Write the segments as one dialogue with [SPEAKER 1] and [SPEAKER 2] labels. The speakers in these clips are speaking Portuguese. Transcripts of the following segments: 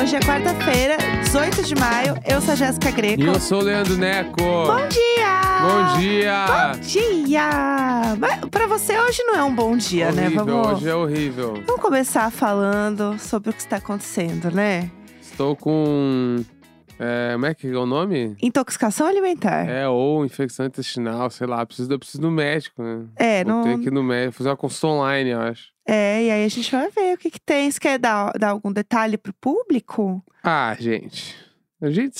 [SPEAKER 1] um é quarta-feira, 18 de maio. Eu sou a Jéssica Greco.
[SPEAKER 2] E eu sou o Leandro Neco.
[SPEAKER 1] Bom dia!
[SPEAKER 2] Bom dia!
[SPEAKER 1] Bom dia! Mas pra você hoje não é um bom dia, né?
[SPEAKER 2] horrível,
[SPEAKER 1] Vamos,
[SPEAKER 2] hoje é horrível.
[SPEAKER 1] vamos começar falando sobre o que está acontecendo, né?
[SPEAKER 2] Estou com. é, como é que é o nome?
[SPEAKER 1] Intoxicação alimentar.
[SPEAKER 2] É, ou infecção intestinal, sei lá. Preciso, eu preciso do médico, né?
[SPEAKER 1] É,
[SPEAKER 2] Vou
[SPEAKER 1] não.
[SPEAKER 2] ter que ir no médico, fazer uma consulta online, eu acho.
[SPEAKER 1] É, e aí a gente vai ver o que, que tem. Você quer dar, dar algum detalhe pro público?
[SPEAKER 2] Ah, gente. A gente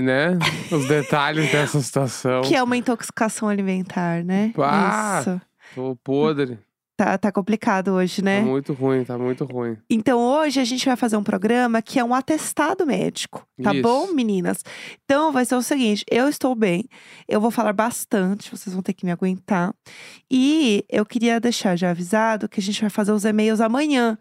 [SPEAKER 2] né? Os detalhes dessa situação.
[SPEAKER 1] Que é uma intoxicação alimentar, né?
[SPEAKER 2] Pá!
[SPEAKER 1] Isso.
[SPEAKER 2] Tô podre.
[SPEAKER 1] Tá, tá complicado hoje, né?
[SPEAKER 2] Tá muito ruim, tá muito ruim.
[SPEAKER 1] Então hoje a gente vai fazer um programa que é um atestado médico, tá
[SPEAKER 2] Isso.
[SPEAKER 1] bom, meninas? Então vai ser o seguinte, eu estou bem, eu vou falar bastante, vocês vão ter que me aguentar. E eu queria deixar já avisado que a gente vai fazer os e-mails amanhã.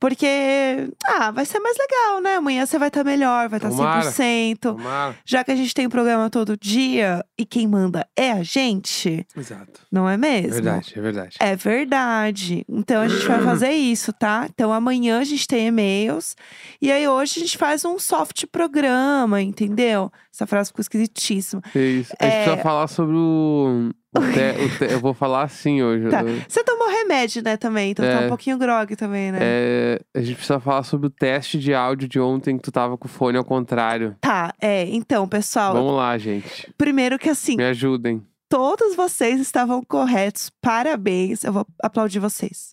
[SPEAKER 1] Porque, ah, vai ser mais legal, né? Amanhã você vai estar melhor, vai tá estar
[SPEAKER 2] Tomara.
[SPEAKER 1] 100%.
[SPEAKER 2] Tomara.
[SPEAKER 1] Já que a gente tem um programa todo dia e quem manda é a gente,
[SPEAKER 2] Exato.
[SPEAKER 1] não é mesmo?
[SPEAKER 2] Verdade, é verdade.
[SPEAKER 1] É verdade. Então a gente vai fazer isso, tá? Então amanhã a gente tem e-mails. E aí hoje a gente faz um soft programa, entendeu? Essa frase ficou esquisitíssima.
[SPEAKER 2] Isso. A gente
[SPEAKER 1] É.
[SPEAKER 2] precisa falar sobre o. o te- o te- Eu vou falar assim hoje.
[SPEAKER 1] Tá.
[SPEAKER 2] Eu-
[SPEAKER 1] Você tomou remédio, né, também? Então tá
[SPEAKER 2] É.
[SPEAKER 1] um pouquinho grog também, né?
[SPEAKER 2] É, a gente precisa falar sobre o teste de áudio de ontem que tu tava com o fone ao contrário.
[SPEAKER 1] Tá, é. Então, pessoal,
[SPEAKER 2] Vamos lá, gente.
[SPEAKER 1] primeiro que assim,
[SPEAKER 2] Me ajudem.
[SPEAKER 1] todos vocês estavam corretos. Parabéns. Eu vou aplaudir vocês.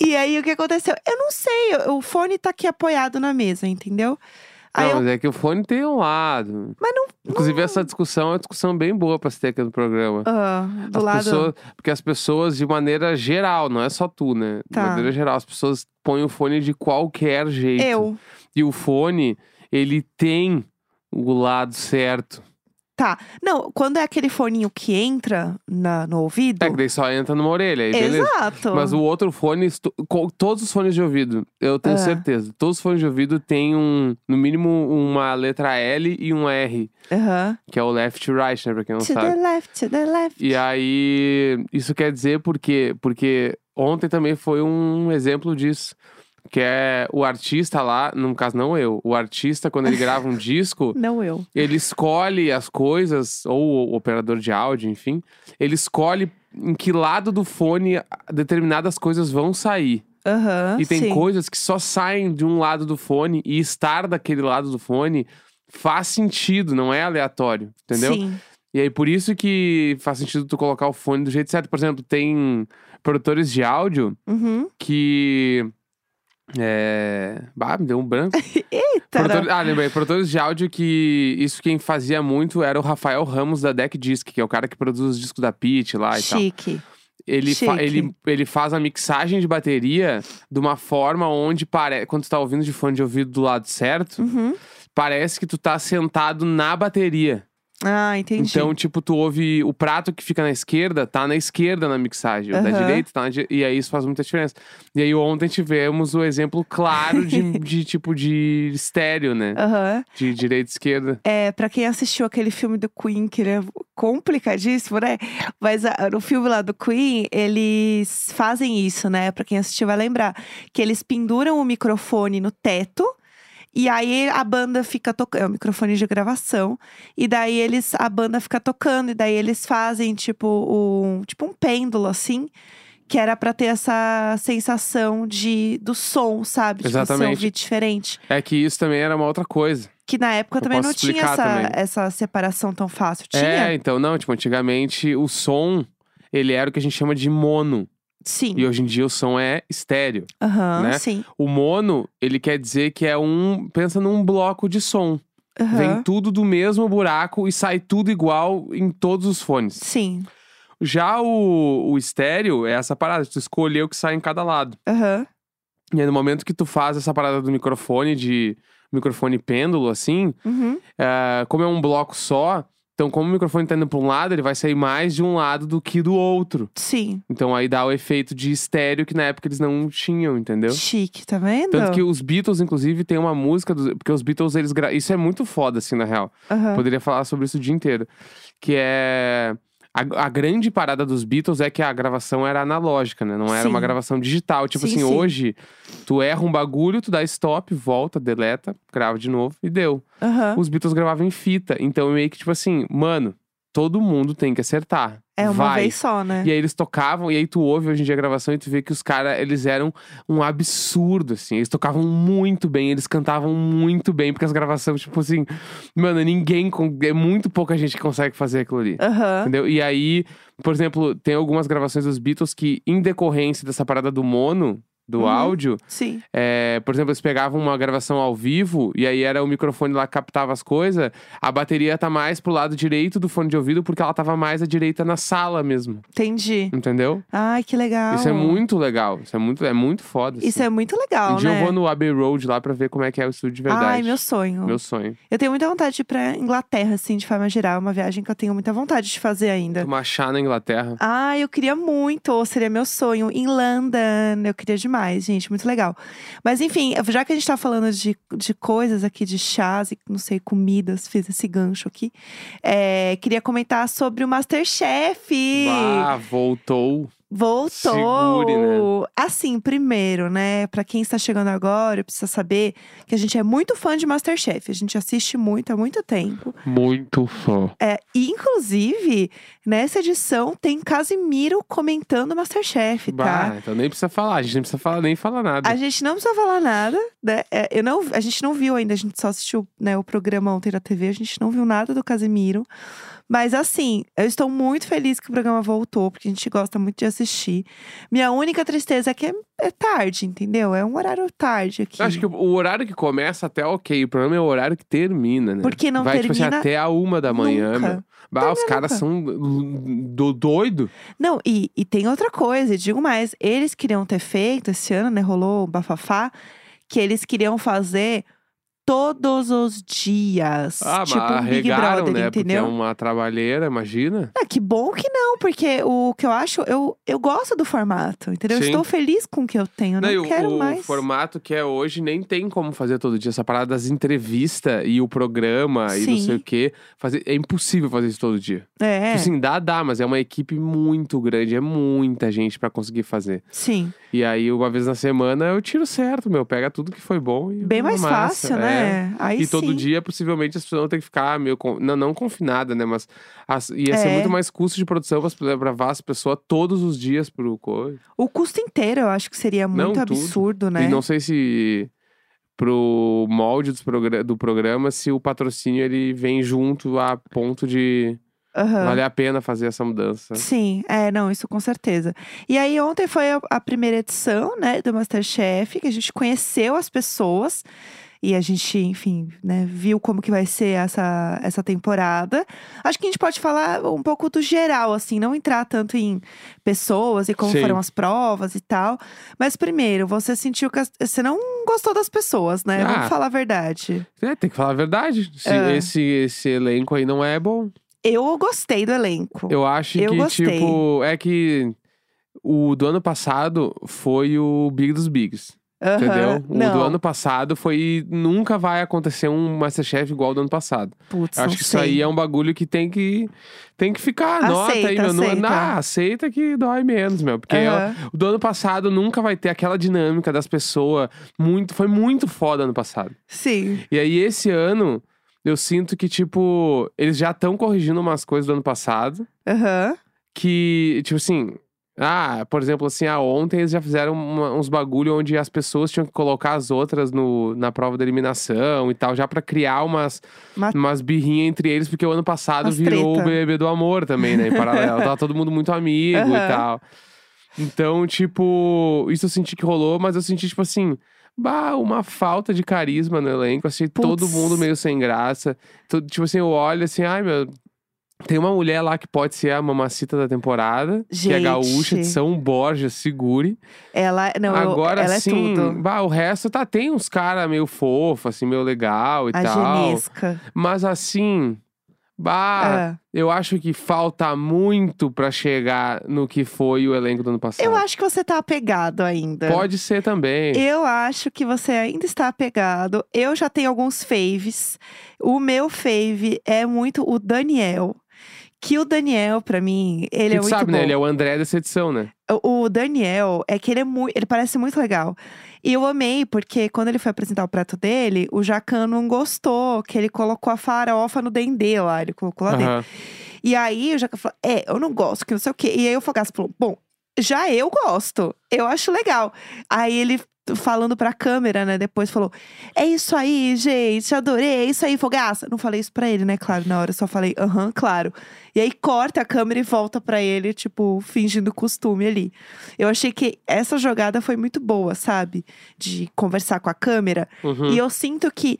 [SPEAKER 1] E aí, o que aconteceu? Eu não sei, eu- o fone tá aqui apoiado na mesa, entendeu? Aí
[SPEAKER 2] não,
[SPEAKER 1] Ah, eu
[SPEAKER 2] mas é que o fone tem um lado.
[SPEAKER 1] Mas não.
[SPEAKER 2] Inclusive, essa discussão é uma discussão bem boa pra se ter aqui no programa.
[SPEAKER 1] Ah, do
[SPEAKER 2] As
[SPEAKER 1] lado.
[SPEAKER 2] pessoas- porque as pessoas, de maneira geral, não é só tu, né?
[SPEAKER 1] Tá.
[SPEAKER 2] De maneira geral, as pessoas põem o fone de qualquer jeito.
[SPEAKER 1] Eu.
[SPEAKER 2] E o fone, ele tem o lado certo.
[SPEAKER 1] Tá. Não, quando é aquele forninho que entra na, no ouvido.
[SPEAKER 2] É que daí só entra numa orelha, aí É, beleza.
[SPEAKER 1] Exato.
[SPEAKER 2] Mas o outro fone, estu- co- todos os fones de ouvido, eu tenho
[SPEAKER 1] Ah.
[SPEAKER 2] certeza, todos os fones de ouvido têm um, no mínimo uma letra L e um R,
[SPEAKER 1] Aham.
[SPEAKER 2] que é o left e right, né, pra quem não
[SPEAKER 1] To
[SPEAKER 2] sabe.
[SPEAKER 1] the left, to the left.
[SPEAKER 2] E aí, isso quer dizer por quê? Porque ontem também foi um exemplo disso. Que é o artista lá, no caso não eu, o artista quando ele grava um disco,
[SPEAKER 1] Não eu.
[SPEAKER 2] ele escolhe as coisas, ou o operador de áudio, enfim, ele escolhe em que lado do fone determinadas coisas vão sair.
[SPEAKER 1] Aham.
[SPEAKER 2] E tem
[SPEAKER 1] Ah, sim.
[SPEAKER 2] coisas que só saem de um lado do fone e estar daquele lado do fone faz sentido, não é aleatório, entendeu?
[SPEAKER 1] Sim.
[SPEAKER 2] E aí por isso que faz sentido tu colocar o fone do jeito certo. Por exemplo, tem produtores de áudio
[SPEAKER 1] Uhum.
[SPEAKER 2] que é, bah, me deu um branco.
[SPEAKER 1] Eita.
[SPEAKER 2] Produtor- Ah, lembrei. Produtores de áudio que isso quem fazia muito era o Rafael Ramos da Deck Disc, que é o cara que produz os discos da Pit lá e tal
[SPEAKER 1] Chique.
[SPEAKER 2] ele, fa-
[SPEAKER 1] Chique.
[SPEAKER 2] ele, ele faz a mixagem de bateria de uma forma onde parece. Quando tu tá ouvindo de fone de ouvido do lado certo,
[SPEAKER 1] Uhum.
[SPEAKER 2] parece que tu tá sentado na bateria.
[SPEAKER 1] Ah, entendi.
[SPEAKER 2] Então, tipo, tu ouve o prato que fica na esquerda, tá na esquerda na mixagem. O da
[SPEAKER 1] Aham.
[SPEAKER 2] direita tá na direita. E aí isso faz muita diferença. E aí ontem tivemos o exemplo claro de, de tipo de estéreo, né?
[SPEAKER 1] Aham.
[SPEAKER 2] De direita e esquerda.
[SPEAKER 1] É, pra quem assistiu aquele filme do Queen, que ele é complicadíssimo, né? Mas ah, no filme lá do Queen, eles fazem isso, né? Pra quem assistiu vai lembrar. Que eles penduram o microfone no teto. E aí a banda fica tocando. É o microfone de gravação. E daí eles. A banda fica tocando. E daí eles fazem, tipo, um, tipo um pêndulo, assim. Que era pra ter essa sensação de, do som, sabe? Tipo, você
[SPEAKER 2] Exatamente.
[SPEAKER 1] ouvir diferente.
[SPEAKER 2] É que isso também era uma outra coisa.
[SPEAKER 1] Que na época
[SPEAKER 2] Eu
[SPEAKER 1] também
[SPEAKER 2] posso
[SPEAKER 1] não tinha
[SPEAKER 2] explicar
[SPEAKER 1] essa,
[SPEAKER 2] também.
[SPEAKER 1] essa separação tão fácil. Tinha?
[SPEAKER 2] É, então, não, tipo, antigamente o som, ele era o que a gente chama de mono.
[SPEAKER 1] Sim.
[SPEAKER 2] E hoje em dia o som é estéreo.
[SPEAKER 1] Aham,
[SPEAKER 2] né?
[SPEAKER 1] sim.
[SPEAKER 2] O mono, ele quer dizer que é um. Pensa num bloco de som. Vem
[SPEAKER 1] Aham.
[SPEAKER 2] tudo do mesmo buraco e sai tudo igual em todos os fones.
[SPEAKER 1] Sim.
[SPEAKER 2] Já o, o estéreo é essa parada, tu escolheu o que sai em cada lado.
[SPEAKER 1] Aham.
[SPEAKER 2] E aí, no momento que tu faz essa parada do microfone, de microfone pêndulo, assim,
[SPEAKER 1] Uhum.
[SPEAKER 2] ah, como é um bloco só, então como o microfone tá indo pra um lado, ele vai sair mais de um lado do que do outro.
[SPEAKER 1] Sim.
[SPEAKER 2] Então aí dá o efeito de estéreo que na época eles não tinham, entendeu?
[SPEAKER 1] Chique, tá vendo?
[SPEAKER 2] Tanto que os Beatles, inclusive, tem uma música. dos- Porque os Beatles, eles. gra- Isso é muito foda, assim, na real.
[SPEAKER 1] Aham.
[SPEAKER 2] Poderia falar sobre isso o dia inteiro. Que é. A, a grande parada dos Beatles é que a gravação era analógica, né? Não era
[SPEAKER 1] Sim.
[SPEAKER 2] uma gravação digital. Tipo
[SPEAKER 1] Sim,
[SPEAKER 2] assim,
[SPEAKER 1] sim.
[SPEAKER 2] hoje tu erra um bagulho, tu dá stop, volta, deleta, grava de novo e deu.
[SPEAKER 1] Aham.
[SPEAKER 2] Os Beatles gravavam em fita. Então meio que tipo assim, mano, todo mundo tem que acertar.
[SPEAKER 1] É uma
[SPEAKER 2] Vai.
[SPEAKER 1] vez só, né?
[SPEAKER 2] E aí eles tocavam, e aí tu ouve hoje em dia a gravação e tu vê que os caras, eles eram um absurdo, assim. Eles tocavam muito bem, eles cantavam muito bem, porque as gravações, tipo assim, mano, ninguém, con- é muito pouca gente que consegue fazer aquilo ali.
[SPEAKER 1] Aham.
[SPEAKER 2] Entendeu? E aí, por exemplo, tem algumas gravações dos Beatles que, em decorrência dessa parada do mono, do
[SPEAKER 1] Uhum.
[SPEAKER 2] áudio,
[SPEAKER 1] Sim.
[SPEAKER 2] é, por exemplo, eles pegavam uma gravação ao vivo e aí era o microfone lá que captava as coisas. A bateria tá mais pro lado direito do fone de ouvido porque ela tava mais à direita na sala mesmo,
[SPEAKER 1] Entendi.
[SPEAKER 2] entendeu?
[SPEAKER 1] Ai, que legal.
[SPEAKER 2] Isso é muito legal, isso é muito, é muito foda.
[SPEAKER 1] Isso é muito
[SPEAKER 2] um
[SPEAKER 1] legal,
[SPEAKER 2] dia
[SPEAKER 1] né?
[SPEAKER 2] eu vou no Abbey Road lá pra ver como é que é o estúdio de verdade.
[SPEAKER 1] Ai, meu sonho.
[SPEAKER 2] Meu sonho.
[SPEAKER 1] Eu tenho muita vontade de ir pra Inglaterra, assim, de forma geral. É uma viagem que eu tenho muita vontade de fazer ainda.
[SPEAKER 2] Tomar chá na Inglaterra.
[SPEAKER 1] Ah, eu queria muito, seria meu sonho. Em London, eu queria demais, gente, muito legal. Mas enfim, já que a gente tá falando de, de coisas aqui, de chás e não sei, comidas, fiz esse gancho aqui. é, queria comentar sobre o Masterchef.
[SPEAKER 2] Ah, voltou.
[SPEAKER 1] Voltou!
[SPEAKER 2] Segure, né?
[SPEAKER 1] Assim, primeiro, né? Pra quem está chegando agora, precisa saber que a gente é muito fã de Masterchef. A gente assiste muito há muito tempo.
[SPEAKER 2] Muito fã.
[SPEAKER 1] É, e, inclusive, nessa edição tem Casimiro comentando Masterchef, tá?
[SPEAKER 2] Bah, então nem precisa falar, a gente nem precisa falar, nem falar nada.
[SPEAKER 1] A gente não precisa falar nada, né? É, Eu não, a gente não viu ainda, a gente só assistiu né, o programa ontem da TV, a gente não viu nada do Casemiro. Mas assim, eu estou muito feliz que o programa voltou, porque a gente gosta muito de assistir. Minha única tristeza é que é, é tarde, entendeu? É um horário tarde aqui.
[SPEAKER 2] Eu Acho que o horário que começa até ok. O problema é o horário que termina, né?
[SPEAKER 1] Porque não
[SPEAKER 2] Vai, tipo assim,
[SPEAKER 1] termina
[SPEAKER 2] até a uma da manhã,
[SPEAKER 1] nunca.
[SPEAKER 2] meu. Bah, os
[SPEAKER 1] Termina
[SPEAKER 2] caras
[SPEAKER 1] nunca.
[SPEAKER 2] são do doido.
[SPEAKER 1] Não, e, e tem outra coisa, e digo mais, eles queriam ter feito esse ano, né? Rolou um bafafá, que eles queriam fazer todos os dias.
[SPEAKER 2] Ah,
[SPEAKER 1] tipo
[SPEAKER 2] mas
[SPEAKER 1] um Big
[SPEAKER 2] arregaram,
[SPEAKER 1] Brother,
[SPEAKER 2] né? Porque é
[SPEAKER 1] entendeu?
[SPEAKER 2] uma trabalheira, imagina.
[SPEAKER 1] Ah, que bom que não, porque o que eu acho, eu, eu gosto do formato, entendeu? Eu
[SPEAKER 2] Sim.
[SPEAKER 1] estou feliz com o que eu tenho, eu não,
[SPEAKER 2] e o-
[SPEAKER 1] quero
[SPEAKER 2] o,
[SPEAKER 1] mais.
[SPEAKER 2] formato que é hoje nem tem como fazer todo dia. Essa parada das entrevistas e o programa e não
[SPEAKER 1] Sim.
[SPEAKER 2] sei o quê. Fazer, é impossível fazer isso todo dia.
[SPEAKER 1] É,
[SPEAKER 2] Tipo assim, dá, dá, mas é uma equipe muito grande. É muita gente pra conseguir fazer.
[SPEAKER 1] sim.
[SPEAKER 2] E aí, uma vez na semana, eu tiro certo, meu. Pega tudo que foi bom e.
[SPEAKER 1] Bem mais
[SPEAKER 2] amassa,
[SPEAKER 1] fácil,
[SPEAKER 2] é.
[SPEAKER 1] né? Aí
[SPEAKER 2] E todo
[SPEAKER 1] sim.
[SPEAKER 2] dia, possivelmente, as pessoas vão ter que ficar meio. con- Não, não confinada, né? Mas as- ia
[SPEAKER 1] É.
[SPEAKER 2] ser muito mais custo de produção para gravar as pessoas todos os dias pro coisa.
[SPEAKER 1] O custo inteiro eu acho que seria
[SPEAKER 2] Não,
[SPEAKER 1] muito
[SPEAKER 2] tudo.
[SPEAKER 1] absurdo, né?
[SPEAKER 2] E não sei se pro molde dos progra- do programa, se o patrocínio ele vem junto a ponto de
[SPEAKER 1] Aham.
[SPEAKER 2] valer a pena fazer essa mudança.
[SPEAKER 1] Sim, é, não, isso com certeza. E aí, ontem foi a, a primeira edição, né, do Masterchef, que a gente conheceu as pessoas. E a gente, enfim, né, viu como que vai ser essa, essa temporada. Acho que a gente pode falar um pouco do geral, assim, não entrar tanto em pessoas e como
[SPEAKER 2] Sim.
[SPEAKER 1] foram as provas e tal. Mas primeiro, você sentiu que. as- você não gostou das pessoas, né?
[SPEAKER 2] Ah.
[SPEAKER 1] Vamos falar a verdade.
[SPEAKER 2] É, tem que falar a verdade. Se
[SPEAKER 1] É.
[SPEAKER 2] esse, esse elenco aí não é bom.
[SPEAKER 1] Eu gostei do elenco.
[SPEAKER 2] Eu acho
[SPEAKER 1] Tipo, Eu
[SPEAKER 2] que,
[SPEAKER 1] gostei.
[SPEAKER 2] tipo, é que o do ano passado foi o Big dos Bigs.
[SPEAKER 1] Aham,
[SPEAKER 2] Entendeu?
[SPEAKER 1] Não.
[SPEAKER 2] O do ano passado foi. Nunca vai acontecer um Masterchef igual ao do ano passado.
[SPEAKER 1] Putz,
[SPEAKER 2] Eu
[SPEAKER 1] não
[SPEAKER 2] acho que isso
[SPEAKER 1] sei.
[SPEAKER 2] aí é um bagulho que tem que, tem que ficar. Nota aí,
[SPEAKER 1] Aceita,
[SPEAKER 2] meu. Não,
[SPEAKER 1] aceita.
[SPEAKER 2] Ah, aceita que dói menos, meu. Porque
[SPEAKER 1] Aham.
[SPEAKER 2] eu- o do ano passado nunca vai ter aquela dinâmica das pessoas. Muito, foi muito foda ano passado.
[SPEAKER 1] Sim.
[SPEAKER 2] E aí, esse ano, eu sinto que, tipo, eles já estão corrigindo umas coisas do ano passado
[SPEAKER 1] Aham.
[SPEAKER 2] que, tipo assim. Ah, por exemplo, assim, ah, ontem eles já fizeram uma- uns bagulho onde as pessoas tinham que colocar as outras no, na prova da eliminação e tal, já pra criar umas,
[SPEAKER 1] Uma-
[SPEAKER 2] umas birrinhas entre eles, porque o ano passado
[SPEAKER 1] Umas
[SPEAKER 2] virou
[SPEAKER 1] treta.
[SPEAKER 2] o BBB do amor também, né? Em paralelo, tava todo mundo muito amigo
[SPEAKER 1] Aham.
[SPEAKER 2] e tal. Então, tipo, isso eu senti que rolou, mas eu senti, tipo assim, bah, uma falta de carisma no elenco. Achei todo
[SPEAKER 1] Putz.
[SPEAKER 2] mundo meio sem graça. Tô- tipo assim, eu olho assim, ai meu. Tem uma mulher lá que pode ser a mamacita da temporada, que é
[SPEAKER 1] Gente.
[SPEAKER 2] gaúcha de São Borja, segure.
[SPEAKER 1] Ela, não, eu-
[SPEAKER 2] Agora
[SPEAKER 1] ela
[SPEAKER 2] sim,
[SPEAKER 1] é tudo.
[SPEAKER 2] bah, o resto tá, tem uns caras meio fofo, assim, meio legal e
[SPEAKER 1] A
[SPEAKER 2] tal.
[SPEAKER 1] Genesca.
[SPEAKER 2] Mas assim, bah,
[SPEAKER 1] É.
[SPEAKER 2] eu acho que falta muito pra chegar no que foi o elenco do ano passado.
[SPEAKER 1] Eu acho que você tá apegado ainda.
[SPEAKER 2] Pode ser também.
[SPEAKER 1] Eu acho que você ainda está apegado. Eu já tenho alguns faves. O meu fave é muito o Daniel. Que o Daniel, pra mim, ele é
[SPEAKER 2] tu
[SPEAKER 1] muito
[SPEAKER 2] sabe,
[SPEAKER 1] bom.
[SPEAKER 2] né? Ele é o André dessa edição, né?
[SPEAKER 1] O o Daniel é que ele é muito. Ele parece muito legal. E eu amei, porque quando ele foi apresentar o prato dele, o Jacan não gostou, que ele colocou a farofa no dendê lá, ele colocou lá dentro.
[SPEAKER 2] Aham.
[SPEAKER 1] E aí o Jacan falou: é, eu não gosto, que não sei o quê. E aí o Fogaça falou: bom, já eu gosto, eu acho legal. Aí ele falando pra câmera, né, depois falou: é isso aí, gente, adorei, é isso aí, Fogaça. Não falei isso pra ele, né, claro, na hora, eu só falei: aham, claro. E aí corta a câmera e volta pra ele, tipo, fingindo costume ali. Eu achei que essa jogada foi muito boa, sabe? De conversar com a câmera.
[SPEAKER 2] Uhum.
[SPEAKER 1] E eu sinto que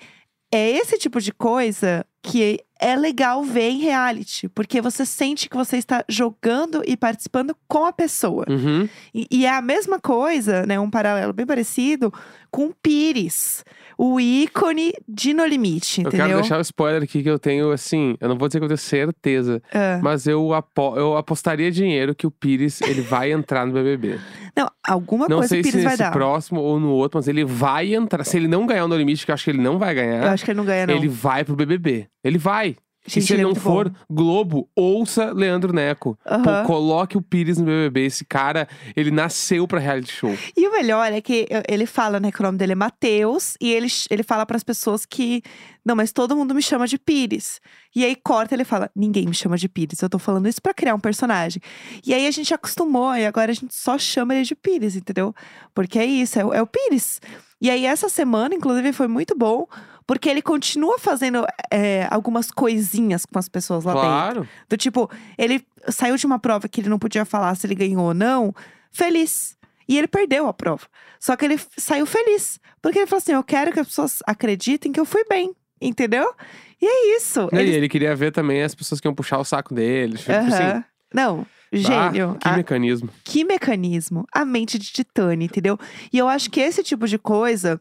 [SPEAKER 1] é esse tipo de coisa que é legal ver em reality, porque você sente que você está jogando e participando com a pessoa.
[SPEAKER 2] Uhum.
[SPEAKER 1] E, e é a mesma coisa, né? Um paralelo bem parecido com o Pires, o ícone de No Limite,
[SPEAKER 2] Eu
[SPEAKER 1] entendeu?
[SPEAKER 2] quero deixar o spoiler aqui que eu tenho, assim, eu não vou dizer que eu tenho certeza,
[SPEAKER 1] Ah.
[SPEAKER 2] mas eu, apo- eu apostaria dinheiro que o Pires, ele vai entrar no BBB.
[SPEAKER 1] Não, alguma
[SPEAKER 2] não
[SPEAKER 1] coisa o
[SPEAKER 2] sei se
[SPEAKER 1] Pires vai
[SPEAKER 2] nesse
[SPEAKER 1] dar.
[SPEAKER 2] próximo ou no outro, mas ele vai entrar. Se ele não ganhar o No Limite, que eu acho que ele não vai
[SPEAKER 1] Eu
[SPEAKER 2] ganhar,
[SPEAKER 1] acho que ele não ganha, não.
[SPEAKER 2] ele vai pro BBB. Ele vai.
[SPEAKER 1] Gente,
[SPEAKER 2] e se ele,
[SPEAKER 1] é
[SPEAKER 2] não
[SPEAKER 1] muito bom.
[SPEAKER 2] for, Globo, ouça Leandro Neco. Pô,
[SPEAKER 1] Aham.
[SPEAKER 2] coloque o Pires no BBB. Esse cara, ele nasceu pra reality show.
[SPEAKER 1] E o melhor é que eu- ele fala, né, que o nome dele é Matheus, e ele, ch- ele fala pras pessoas que. Não, mas todo mundo me chama de Pires. E aí corta, ele fala: ninguém me chama de Pires, eu tô falando isso pra criar um personagem. E aí a gente acostumou, e agora a gente só chama ele de Pires, entendeu? Porque é isso, é, o- é o Pires. E aí essa semana, inclusive, foi muito bom, porque ele continua fazendo é, algumas coisinhas com as pessoas lá dentro.
[SPEAKER 2] claro.
[SPEAKER 1] Do tipo, ele saiu de uma prova que ele não podia falar se ele ganhou ou não, feliz. E ele perdeu a prova. Só que ele f- saiu feliz. Porque ele falou assim: eu quero que as pessoas acreditem que eu fui bem. Entendeu? E é isso.
[SPEAKER 2] E
[SPEAKER 1] Ele-
[SPEAKER 2] ele queria ver também as pessoas que iam puxar o saco dele. Tipo assim,
[SPEAKER 1] Aham. Não,
[SPEAKER 2] ah,
[SPEAKER 1] gênio.
[SPEAKER 2] que
[SPEAKER 1] A-
[SPEAKER 2] mecanismo.
[SPEAKER 1] que mecanismo? A mente de Titânia, entendeu? E eu acho que esse tipo de coisa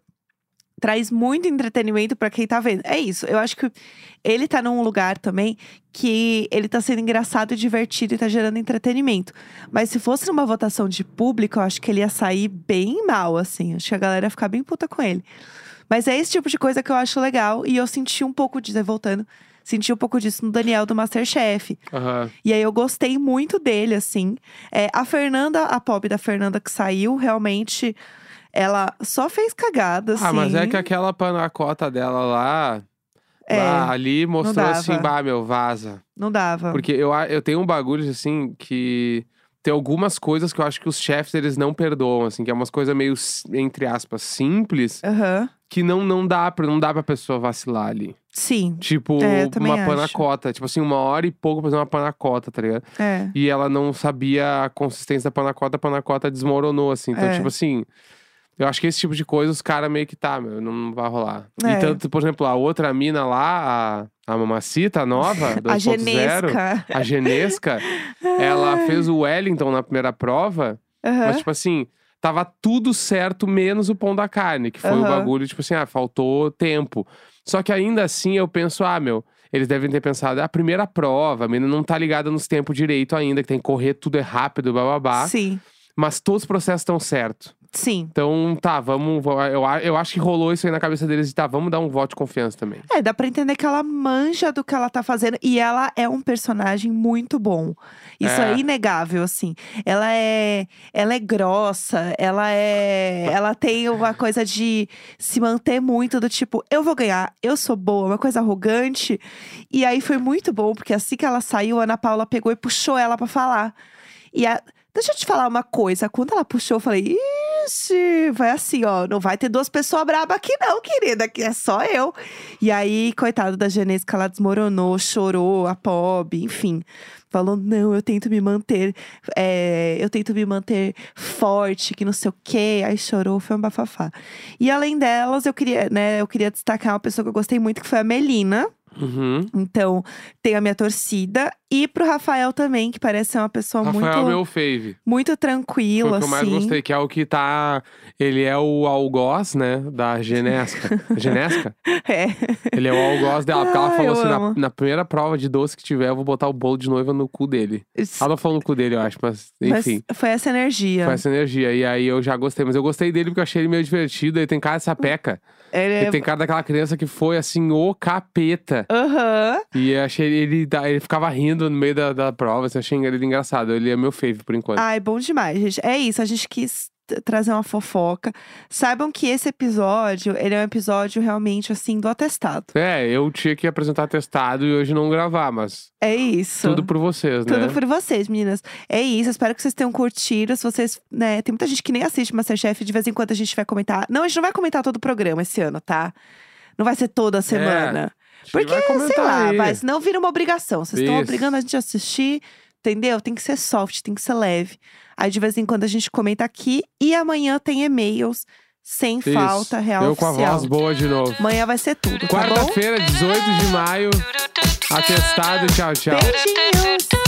[SPEAKER 1] traz muito entretenimento pra quem tá vendo. É isso. Eu acho que ele tá num lugar também que ele tá sendo engraçado e divertido e tá gerando entretenimento. Mas se fosse numa votação de público, eu acho que ele ia sair bem mal, assim. Acho que a galera ia ficar bem puta com ele. Mas é esse tipo de coisa que eu acho legal. E eu senti um pouco disso, voltando, senti um pouco disso no Daniel do Masterchef.
[SPEAKER 2] Aham.
[SPEAKER 1] E aí eu gostei muito dele, assim. É, a Fernanda, a pop da Fernanda que saiu, realmente, ela só fez cagada, assim.
[SPEAKER 2] Ah, mas é que aquela panacota dela lá,
[SPEAKER 1] É,
[SPEAKER 2] lá, ali mostrou
[SPEAKER 1] dava.
[SPEAKER 2] assim, bah, meu, vaza.
[SPEAKER 1] não dava.
[SPEAKER 2] Ah, Porque eu, a- eu tenho um bagulho, assim, que tem algumas coisas que eu acho que os chefes, eles não perdoam, assim, que é umas coisas meio, s- entre aspas, simples,
[SPEAKER 1] Aham.
[SPEAKER 2] que não, não, dá, pra, não dá pra pessoa vacilar ali.
[SPEAKER 1] Sim,
[SPEAKER 2] Tipo,
[SPEAKER 1] É, eu também
[SPEAKER 2] uma
[SPEAKER 1] acho.
[SPEAKER 2] panacota. Tipo assim, uma hora e pouco pra fazer uma panacota, tá ligado?
[SPEAKER 1] é.
[SPEAKER 2] E ela não sabia a consistência da panacota, a panacota desmoronou, assim. Então,
[SPEAKER 1] É.
[SPEAKER 2] tipo assim, eu acho que esse tipo de coisa os caras meio que tá, meu, não, não vai rolar.
[SPEAKER 1] É.
[SPEAKER 2] E tanto, por exemplo, a outra mina lá, a, a mamacita nova, 2.0.
[SPEAKER 1] A genesca.
[SPEAKER 2] A Genesca, ela fez o Wellington na primeira prova,
[SPEAKER 1] Aham.
[SPEAKER 2] mas tipo assim, tava tudo certo menos o pão da carne, que foi o
[SPEAKER 1] Aham.
[SPEAKER 2] bagulho, tipo assim, ah, faltou tempo. Só que ainda assim eu penso, ah, meu, eles devem ter pensado, é a primeira prova, a menina não tá ligada nos tempos direito ainda, que tem que correr, tudo é rápido, bababá.
[SPEAKER 1] Sim,
[SPEAKER 2] Mas todos os processos estão certo.
[SPEAKER 1] sim.
[SPEAKER 2] Então, tá, vamos. va- Eu, a- eu acho que rolou isso aí na cabeça deles de tá, vamos dar um voto de confiança também.
[SPEAKER 1] É, dá pra entender que ela manja do que ela tá fazendo. E ela é um personagem muito bom. Isso
[SPEAKER 2] É.
[SPEAKER 1] é, inegável, assim. Ela é. Ela é grossa, ela é. Ela tem uma coisa de se manter muito do tipo, eu vou ganhar, eu sou boa, uma coisa arrogante. E aí foi muito bom, porque assim que ela saiu, a Ana Paula pegou e puxou ela pra falar. E a- Deixa eu te falar uma coisa. Quando ela puxou, eu falei, ixi, vai assim, ó. Não vai ter duas pessoas brabas aqui, não, querida. Que é só eu. E aí, coitada da Genesca, ela desmoronou, chorou, a pobre, enfim. Falou, não, eu tento me manter, é, eu tento me manter forte, que não sei o quê. Aí chorou, foi um bafafá. E além delas, eu queria, né, eu queria destacar uma pessoa que eu gostei muito, que foi a Melina.
[SPEAKER 2] Uhum.
[SPEAKER 1] Então, tem a minha torcida. E pro Rafael também, que parece ser uma pessoa
[SPEAKER 2] Rafael é
[SPEAKER 1] muito,
[SPEAKER 2] o meu fave.
[SPEAKER 1] muito
[SPEAKER 2] Foi
[SPEAKER 1] tranquila,
[SPEAKER 2] o que eu mais
[SPEAKER 1] assim.
[SPEAKER 2] gostei, que é o que tá. Ele é o algoz, né? Da Genesca. Genesca?
[SPEAKER 1] É.
[SPEAKER 2] Ele é o algoz dela. Porque ela
[SPEAKER 1] Ah,
[SPEAKER 2] falou
[SPEAKER 1] eu
[SPEAKER 2] assim: na,
[SPEAKER 1] amo.
[SPEAKER 2] na primeira prova de doce que tiver, eu vou botar o bolo de noiva no cu dele. Ela não falou no cu dele, eu acho, mas enfim.
[SPEAKER 1] Mas é. foi essa energia.
[SPEAKER 2] Com essa energia. E aí eu já gostei. Mas eu gostei dele porque eu achei ele meio divertido. Ele tem cara de sapeca.
[SPEAKER 1] Ele
[SPEAKER 2] E
[SPEAKER 1] é-
[SPEAKER 2] tem cara daquela criança que foi assim, o capeta.
[SPEAKER 1] Aham.
[SPEAKER 2] E eu achei ele, da- ele ficava rindo no meio da, da prova, assim, eu achei ele engraçado. Ele é meu fave por enquanto.
[SPEAKER 1] Ai, bom demais, gente. É isso, a gente quis t- trazer uma fofoca. Saibam que esse episódio, ele é um episódio realmente, assim, do atestado.
[SPEAKER 2] É, eu tinha que apresentar testado e hoje não gravar, mas
[SPEAKER 1] É isso.
[SPEAKER 2] tudo por vocês,
[SPEAKER 1] Tudo
[SPEAKER 2] né?
[SPEAKER 1] por vocês, meninas. É isso, eu espero que vocês tenham curtido. Se vocês, né, tem muita gente que nem assiste Masterchef, de vez em quando a gente vai comentar. Não, a gente não vai comentar todo o programa esse ano, tá? Não vai ser toda semana.
[SPEAKER 2] É, A gente
[SPEAKER 1] Porque,
[SPEAKER 2] vai
[SPEAKER 1] sei
[SPEAKER 2] comentar
[SPEAKER 1] lá,
[SPEAKER 2] aí.
[SPEAKER 1] vai, senão vira uma obrigação. Vocês estão
[SPEAKER 2] Isso.
[SPEAKER 1] obrigando a gente a assistir, entendeu? Tem que ser soft, tem que ser leve. Aí, de vez em quando, a gente comenta aqui. E amanhã tem e-mails, sem
[SPEAKER 2] Isso.
[SPEAKER 1] falta, real
[SPEAKER 2] Eu com a
[SPEAKER 1] oficial.
[SPEAKER 2] voz boa de novo.
[SPEAKER 1] Amanhã vai ser tudo, tá bom?
[SPEAKER 2] Quarta-feira, 18 de maio. Atestado, tchau, tchau.
[SPEAKER 1] Beijinhos!